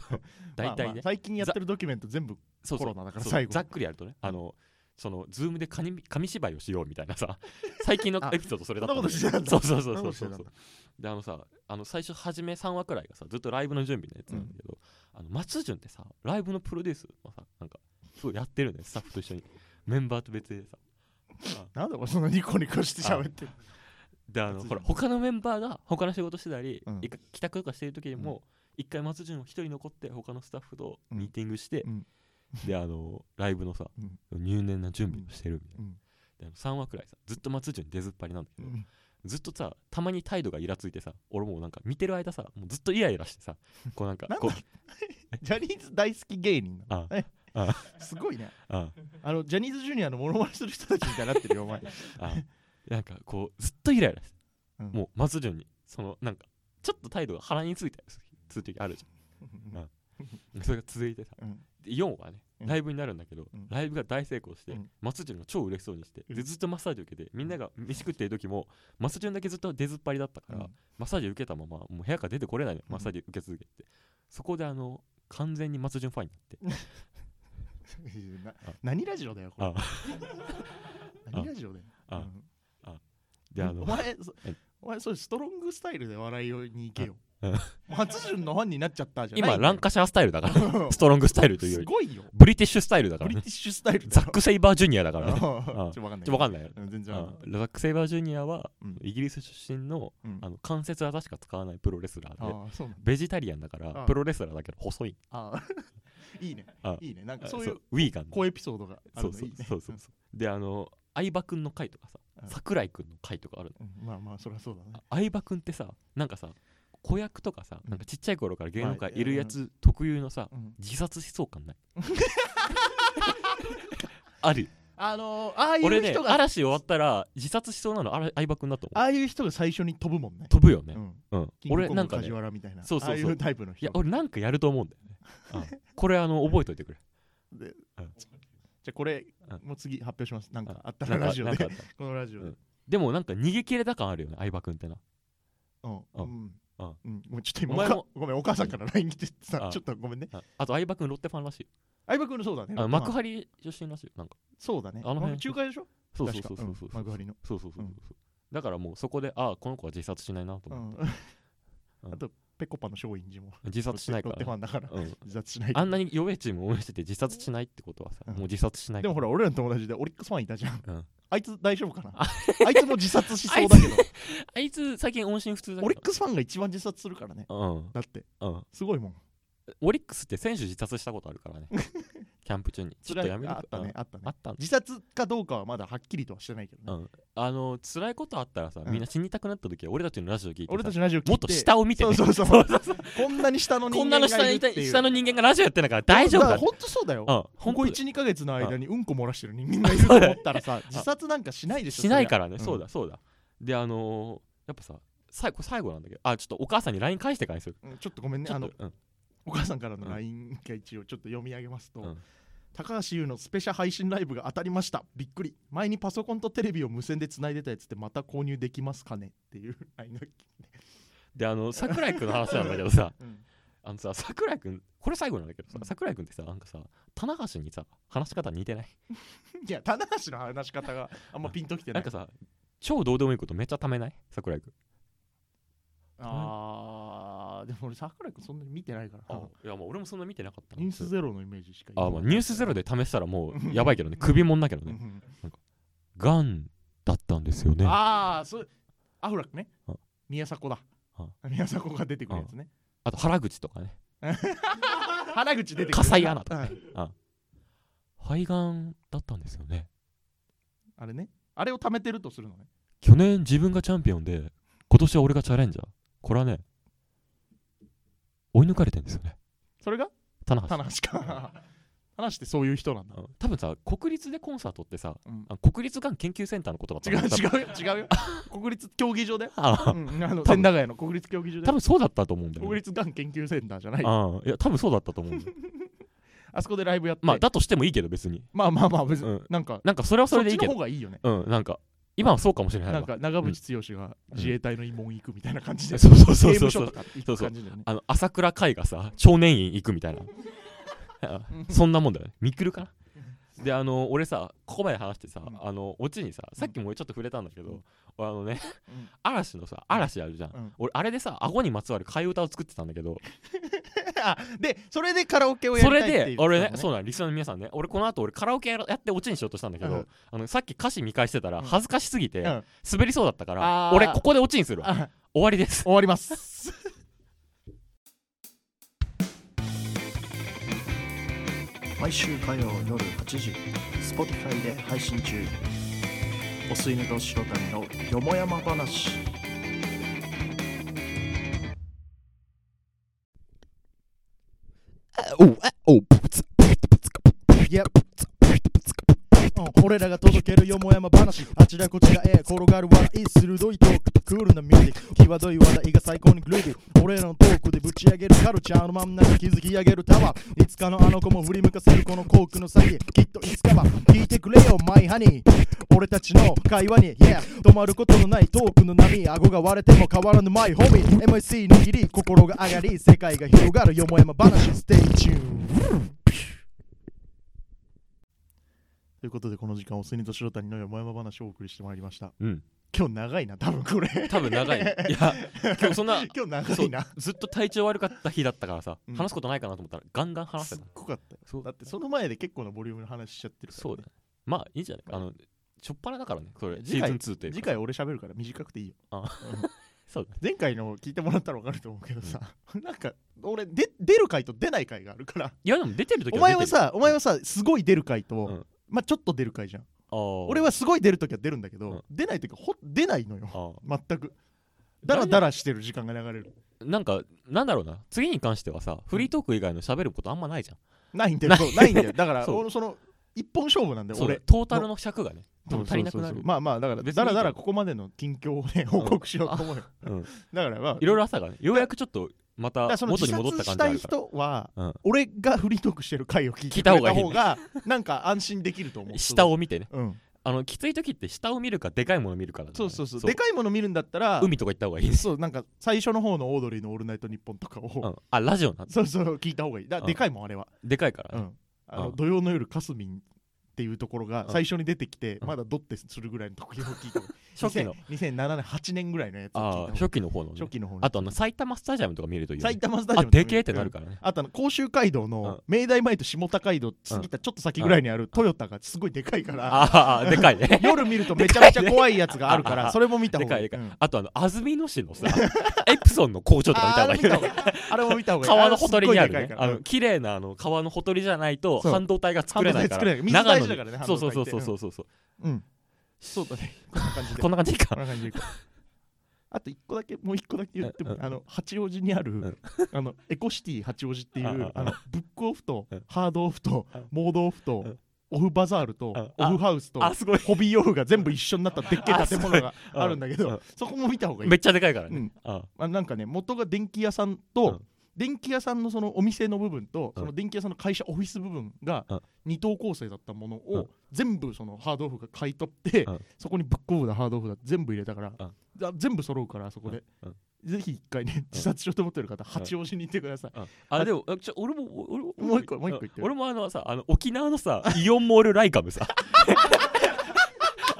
ま大体あまあね最近やってるドキュメント全部そうそうコロナだからそう最後ざっくりやるとねあのそのズームで紙紙芝居をしようみたいなさ (laughs) 最近のエピソードそれだっただよそんなことしてたんだそうそうそうそうそそんうなそこうであのさあの最初初め3話くらいがさずっとライブの準備のやつなんだけど、あの松潤ってさライブのプロデュースもさなんかすごいやってるねスタッフと一緒にメンバーと別でさなんで俺そんなニコニコして喋ってるであの松潤ほら他のメンバーが他の仕事してたり、うん一回帰宅とかしてる時にも、一回松潤を一人残って他のスタッフとうんミーティングして、うんであのライブのさ、うん入念な準備をしてるみたいな。うんであの3話くらいさずっと松潤出ずっぱりなんだけうど、んずっとさたまに態度がイラついてさ俺もうなんか見てる間さもうずっとイライラし (laughs) てさこうなんかなんだこうジャニーズ大好き芸人なのあえあすごいねああのジャニーズジュニアのモノマネする人たちみたいになってるよお前 (laughs) あなんかこうずっとイライラして、うんもう松潤にそのなんかちょっと態度が腹についたりする時あるじあゃんそれが続いてさうんで4はねうんライブになるんだけど、うんライブが大成功して、うん松潤が超嬉しそうにしてうでんずっとマッサージ受けてみんなが飯食ってる時も松潤だけずっと出ずっぱりだったから、マッサージ受けたままもう部屋から出てこれないの、うん (laughs) マッサージ受け続けてそこであの完全に松潤ファンになってなあ (laughs) 何ラジオだよこれあ何ラジオだよあうんであおの前そえお前そういうストロングスタイルで笑いに行けよあうん松潤のファンになっちゃったじゃない今ランカシャースタイルだからうん (laughs) ストロングスタイルというよすりごいよブリティッシュスタイルだかブらリねティッシュスタイルだザよック・セイバージュニ (laughs) アだからねうんちちょょっうとわかんないんっとわかんないようん全然わかんないうんザック・セイバージュニアはうんイギリス出身のうんあの関節は確か使わないプロレスラーでああそうなんだベジタリアンだからあプロレスラーだけど細いああ (laughs) いいねあいいねなんかあそういうウィーガン小エピソードがあるそうのそいういねそうそうそうであの相葉くんの回とかさうん桜井くんの回とかあるのうんまあまあそりゃそうだねあ相葉くんってさなんかさ子役とかさうんなんかちっちゃい頃から芸能界はいいるやつ特有のさうん自殺しそう (laughs) 感ないあるあのーああい俺うね人が嵐終わったら自殺しそうなのあら相葉くんだと思うああいう人が最初に飛ぶもんね飛ぶよねうんうんキング俺コンなんグか梶ね原みたいなそうそうそうああいうタイプのい人や俺なんかやると思うんだよねうんこれあの覚えといてくれじゃあこれうんもう次発表しますなんかうんあったならんかラジオなんかあでったこのラジオでうんでもなんか逃げ切れた感あるよね相葉くんってなうんううんんうんうんもうちょっと今お前おもかごめんお母さんから LINE 来てうさんちょっとごめんねああと相葉くんロッテファンらしい相葉君そうだねあの幕張張出身らしいよなんかそうだねあの辺中華でしょそうそうそうそう確そうかん幕張のそうそうそうそううんだからもうそこでああこの子は自殺しないなとう思って、んうんあとペコパの松陰寺も自殺しないかロッテフら、ァンだからうん、自殺しないあんなに弱いチームを応援してて自殺しないってことはさ、うんもう自殺しないでもほら俺らの友達でオリックスファンいたじゃんうんあいつ大丈夫かなあいつも自殺しそうだけどあいつ最近音信不通だオリけどックスファンが一番自殺するからねうんだってうん、すごいもんオリックスって選手自殺したことあるか (laughs) らねキャンプ中にちょっとや辛いめろああったねあったあねったん自殺かどうかはまだはっきりとはしてないけどねうん、あの辛いことあったらさ、うんみんな死にたくなった時は俺たちのラジオ聞いてさ俺たちのラジオ聞いてもっと下を見て、そね、うそうそうそう (laughs) そうそうこんなに下の人こんな間のが下いにるいってたいう下の人間がラジオやってんだから大丈夫だだって本当そうだようんこ本こ当12か月の間にうんこ漏らしてる人間がいると思ったらさ自殺なんかしないでしょしないからね、そりゃそうだそうだであのーやっぱさ最後最後なんだけどあちょっとお母さんに LINE 返してからにするうんうんちょっとごめんねちょあっとのうんお母さんからうのん LINE が一応ちょっと読み上げますと、うん高橋優のスペシャル配信ライブが当たりましたびっくり前にパソコンとテレビを無線でつないでたやつってまた購入できますかねっていう (laughs) LINE が来て、であの桜井くんの話なんだけ (laughs) どさうんあのさ桜井くんこれ最後なんだけどさうん桜井くんってさなんかさ棚橋にさ話し方似てないいや棚橋の話し方があんまピンときてななんいかさ超どうでもいいことめっちゃためない桜井くんあーでも俺桜井君そんなに見てないからな、いやまあ俺もそんな見てなかったニュースゼロのイメージしかあまあニュースゼロロで試したらもうやばいけどね首もんだけどねガンだったんですよねあああそうアフラックねあ宮迫だあ宮迫が出てくるやつねと原口とかね原口出てくる笠井アナとかはねい肺がんだったんですよねあれねあれを貯めてるとするのね去年自分がチャンピオンで今年は俺がチャレンジャーこれはね追い抜かれてんですよねそれが棚橋棚橋か棚橋ってそういう人なんだうん多分さ国立でコンサートってさうんあ国立がん研究センターのことだった違う違の多分うよ違うよ国立競技場だよ (laughs) あうんあの多分千駄ヶ谷の国立競技場多で分そうだったと思うんだよ、国ね、立がん研究センターじゃないあああいや多分そうだったと (laughs) 思うんだよそこでライブやってまあだとしてもいいけど別にまあまあまあ別うにんなんかなんかそれはそそれっでちいいけのど方がいいよねうんなんか今はそうかもしれないわなんか長渕剛が自衛隊の慰問行くみたいな感じで (laughs) そうそうそう刑そ務うそ所うとか行く感じだよねあの朝倉海がさ少年院行くみたいなあそんなもんだよねミクルかなであの俺さここまで話してさ、うんあのオチにささっきも俺ちょっと触れたんだけど、うん俺あのねうん嵐のさ嵐あるじゃん、うん俺あれでさ顎にまつわる替え歌を作ってたんだけど、 (laughs) あでそれでカラオケをやそりれたいって言でってたの俺ねそうなんリスナーの皆さんね俺この後俺カラオケやろやってオチにしようとしたんだけど、うんあのさっき歌詞見返してたらうん恥ずかしすぎてうん滑りそうだったから、あー俺ここでオチにするわあ終わりです終わります (laughs) 毎週火曜夜8時 Spotify で配信中お吸い寝と白谷のよもやま話俺らが届けるよもやま話あちらこちらへ転がる笑い鋭いトーククールなミュージック際どい話題が最高にグルービー俺らのトークでぶち上げるカルチャーのまん中築き上げるタワーいつかのあの子も振り向かせるこのコークの先きっといつかは聞いてくれよマイハニー俺たちの会話に Yeah 止まることのないトークの波顎が割れても変わらぬマイホミー MIC 握り心が上がり世界が広がるよもやま話ステイチューンということでこの時間おすにと白谷のよもやま話をお送りしてまいりましたうん今日長いな多分これ (laughs) 多分長いいや今日そんな今日長いなずっと体調悪かった日だったからさ、うん話すことないかなと思ったらガンガン話し (laughs) すてったごかったよそうだってその前で結構なボリュームの話しちゃってるから、ね、そうだねまあいいんじゃないあのしょっぱなだからねそれシ次回ーズン2というか次回俺喋るから短くていいよあうんそうだね前回の聞いてもらったら分かると思うけどさ、なんか俺で出る回と出ない回があるからいやでも出てる時おは前出てるはさお前はさすごい出る回と、うんまあちょっと出る回じゃんあー俺はすごい出る時は出るんだけど、うん出ない時はほ出ないのよあ全くだらだらしてる時間が流れるーなんかなんだろうな次に関してはさフリートーク以外の喋ることあんまないじゃん、ないんだよそうないんだよだから (laughs) そう俺その一本勝負なんだよそうだ俺ねトータルの尺がね多分足りなくなそうそうそるうまあまあだから別にだいいらだらここまでの近況をね報告しようと思うよ、うんだからまあいろいろ朝がねようやくちょっとまただからその元自に戻った殺感しじがたあいる人からは、うん俺がフリートークしてる回を聞いて聞くいたれ方たがいいね方がなんか安心できると (laughs) 思う下を見てねうん、あのきつい時って下を見るかでかいもの見るからだねそうそうそうでかいもの見るんだったら海とか行った方がいいです、そうなんか最初の方のオードリーの「オールナイトニッポン」とかうを、ん、あラジオなそうそう聞いた方がいいだうんでかいもんあれは、でかいからうね、んあのうん土曜の夜かすみんっていうところがうん最初に出てきて、うんまだドッてするぐらいの時を聞いた方がいい (laughs) 初期の2007年8年ぐらいのやつを聞いたあ方がーいい初期の方の、ね、初期の方のあとあの埼玉スタジアムとか見るといいよね、埼玉スタジアあムとかでけえってなるからね、あとあの甲州街道の明大前と下高井戸過ぎたちょっと先ぐらいにあるトヨタがすごいでかいから、ああーでかいね夜見るとめちゃめちゃ怖いやつがあるか (laughs) でかいねらそれも見たで方かがいいでい。かい、うんあとあの安曇野市のさ (laughs) エプソンの工場とか見たあ方がいいーあれも見たよ方ねがいいあれも見た方がいい。川のほとりにあるあれすねっごいでかいかあらうのん綺麗なあの川のほとりじゃないとそう半導体が作れないから半導体作れない水大事だからねそうそう半そ導う体っそてうそうそうそううん。そうだ (laughs) ね。こんな感じで。こんな感じこんかな感じでいこうあと一個だけもう一個だけ言ってもうんあの八王子にあるんあのエコシティ八王子っていうんうあのブックオフとうんハードオフとうんモードオフとうんオフバザールとうんオフハウスとあすごいホビーオフが全部一緒になったでっけえ建物がうんあるんだけうどそこも見た方がいいめっちゃでかいからね、うんああなんかね元が電気屋さんうとん電気屋さんのそのお店の部分とうんその電気屋さんの会社オフィス部分がうん二等構成だったものうんを全部そのハードオフが買い取ってうんそこにブックオフだハードオフだ全部入れたからうんだ全部揃うからあそこでうんぜひ一回ね自殺しようと思ってる方八王子に行ってくださいああでもあちょ俺も俺ももう一個もう一個言ってよ俺もあのさあの沖縄のさイオンモールライカムさ (laughs)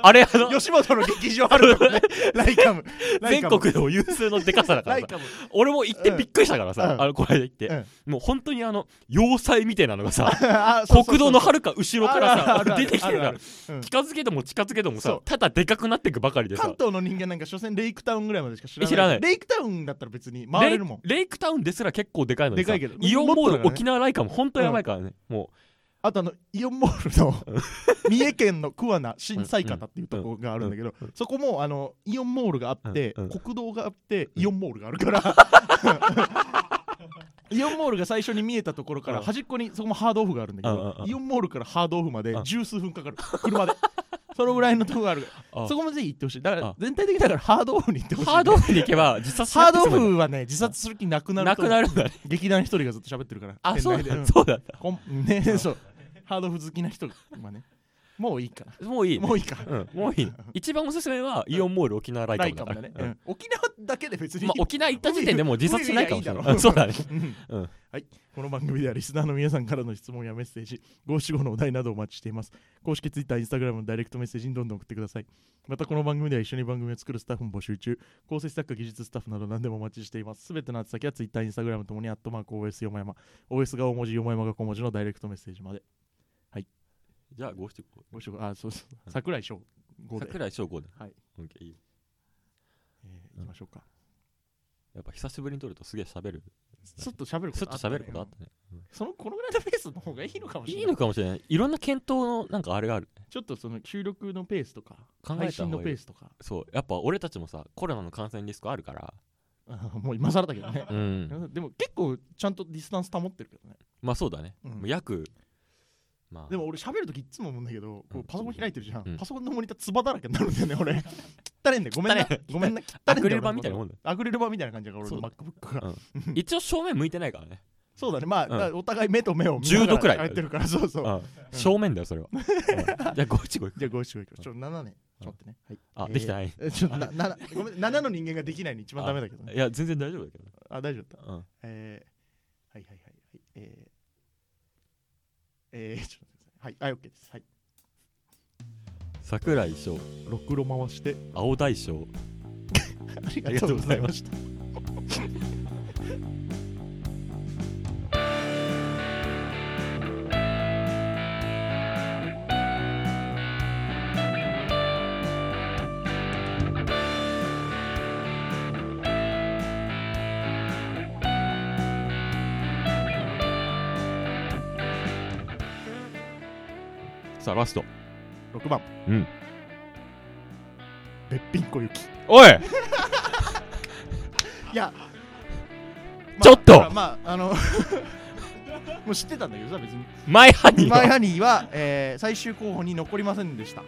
あれあの吉本の劇場あるからねライカムライ全カム国でも有数のでかさだかラらイさカ (laughs) ム俺も行ってびっくりしたからさ、うんあのこの間行って、うんもう本当にあの要塞みたいなのがさあ (laughs) そうそうそう国道のはるか後ろからさあるあるある出てきてるかあらるあるうん近づけても近づけてもそさうただでかくなっていくばかりでさ関東の人間なんか所詮レイクタウンぐらいまでしか知らない知らないレイクタウンだったら別に回れるもんレイレイクタウンですら結構でかいのにさでかいけどイオンモもっとーだル、からね沖縄ライカム本当やばいからね、もあとあのイオンモールの (laughs) 三重県の桑名新埼方っていうとこがあるんだけどそこもあのイオンモールがあってうんうん国道があってイオンモールがあるから (laughs) イオンモールが最初に見えたところからうん端っこにそこもハードオフがあるんだけうんうんどうんイオンモールからハードオフまでうん十数分かかる車でそのぐらいのとこがあるあそこもぜひ行ってほしいだかあら全体的にだからハードオフに行ってうほしいハードオフに行けば自殺しハなーくてドオ済むんフはね自殺する気なくだななるとく思うなるんだね劇団一人がずっと喋ってるからあ (laughs) そう店内だでそうだったこんねそうハードオフ好きな人がねもういいかもういい、ね、もういいかうん、もういいね、一番おすすめはイオンモール沖縄ライなカいムかだもかね、らうんうん沖縄だけで別に、まあ、沖縄行った時点でもう自殺しないかもしれない海がいいだろううんそうだねうんうんはいこの番組ではリスナーの皆さんからの質問やメッセージ575のお題などをお待ちしています公式 TwitterInstagram のダイレクトメッセージにどんどん送ってくださいまたこの番組では一緒に番組を作るスタッフも募集中構成作家技術スタッフなど何でもお待ちしていますすべての宛先は TwitterInstagram ともにアットマーク OS よもやま OS が大文字よもやまが小文字のダイレクトメッセージまでじゃあ五七五ご視聴あそうそう桜井翔吾で、桜井翔吾ではいオッケーいいよえー行きましょうか、やっぱ久しぶりに撮るとすげえ喋るちょっと喋るこちょとっあとったね喋ることあったねそのこのぐらいのペースの方がいいのかもしれないいのかもしれないいろんな検討のなんかあれがあるちょっとその収録のペースとか考えた方がいい配信のペースとかそうやっぱ俺たちもさコロナの感染リスクあるからあもう今更だけどねう、んでも結構ちゃんとディスタンス保ってるけどねまあそうだね、うんもう約まあでも俺喋るときいっつも思うんだけどこうパソコン開いてるじゃん、うんパソコンのモニターつばだらけになるんだよね俺 (laughs) 汚れんでごめんな汚ごめんな汚 (laughs) アれんだよクリル板みたいなもんだアクリル板みたいな感じだから俺そうの MacBook がうん一応正面向いてないからね、そうだねまあ、んだからお互い目と目を見な10度くがららいやってるからそうそう、うん正面だよそれは、うんじゃあ五七五いくじゃあご一緒に行きましょうちょっと7ねちょっと待ってね、はいあできてない、えーちょっとななごめん7の人間ができないの一番ダメだけどねいや全然大丈夫だけどね、あ大丈夫だったうん、えー、はいはいはいはい。えー、えー、ちょっと待ってください。はい、はい、OK です。はい。桜井翔ろくろ回して青大将ありがとうございました。さあラスト6番。うん。べっぴんこゆき。おいいや、ちょっとだからまあ、あの、 (laughs) もう知ってたんだけどさ、別に。マイハニーマイはハニーは、えー最終候補に残りませんでした。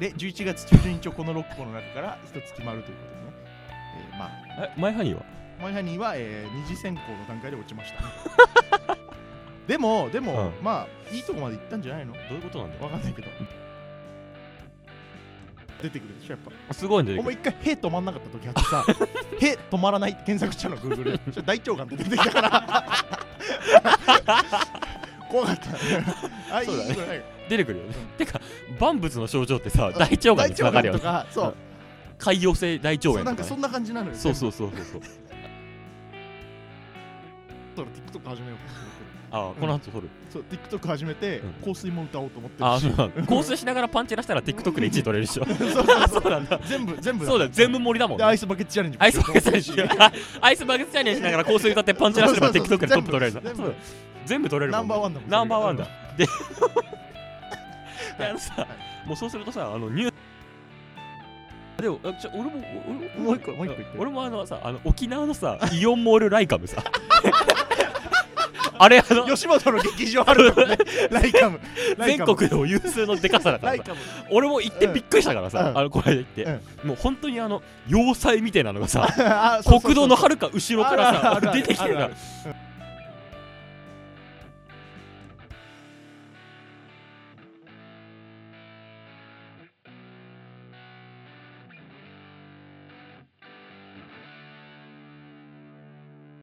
で、11月中旬に一応この6個の中から1つ決まるということでね。えーまあ、えマイハニーはマイハニーは、えー二次選考の段階で落ちました。 (laughs) でも、でも、うまあ、いいとこまで行ったんじゃないのどういうことなんだよわかんないけど。出てくるでしょ、やっぱ。すごいんだおよ前一回「へ」止まんなかった時あって (laughs) さ「へ」止まらないって検索したの Google でちょ大腸がんって出てきたから (laughs) 怖かったあいいそうだねこれない出てくるよねてか万物の症状ってさ大腸がん大につなが腸がるよんとねかそう潰瘍性大腸そうな炎んかとかそねんな感じなのよそううそうそうそうそうそう TikTok 始めようあーこの後取るそう TikTok 始めてう香ん水も歌おうと思ってあるあ、しそうなんだ。香水しながらパンチ出したら TikTok で1位取れるでしょ。そうそうそうそうなんだ。全部全部そうだ、全部盛りだもんでね。アイスバケツチャレンジもアイスバケツチャレンしようとジ。あアイスバケツチャレンジしながら香水歌ってパンチ出せばそうそうそう TikTok でトップ取れるんだ。全部そうだ全部取れるナもンんバーね。ワンだもんナンバーワンだそれ。で、であのさ、もうそうするとさ、あのニューでも、あちょ俺も、俺もう一個もう一個言って俺もあのさ、あの沖縄のさ、イオンモールライカムさ。 (laughs) あれ、あの、吉本の劇場あるからねライカムライ全カム国でも有数のでかさだかラらイさ。カム俺も行ってびっくりしたからさ、うんあのこの間行って、もう本当にあの要塞みたいなのがさ (laughs) あそうそうそう (laughs) 国道のはるか後ろからあるあるあさるある出てきてるから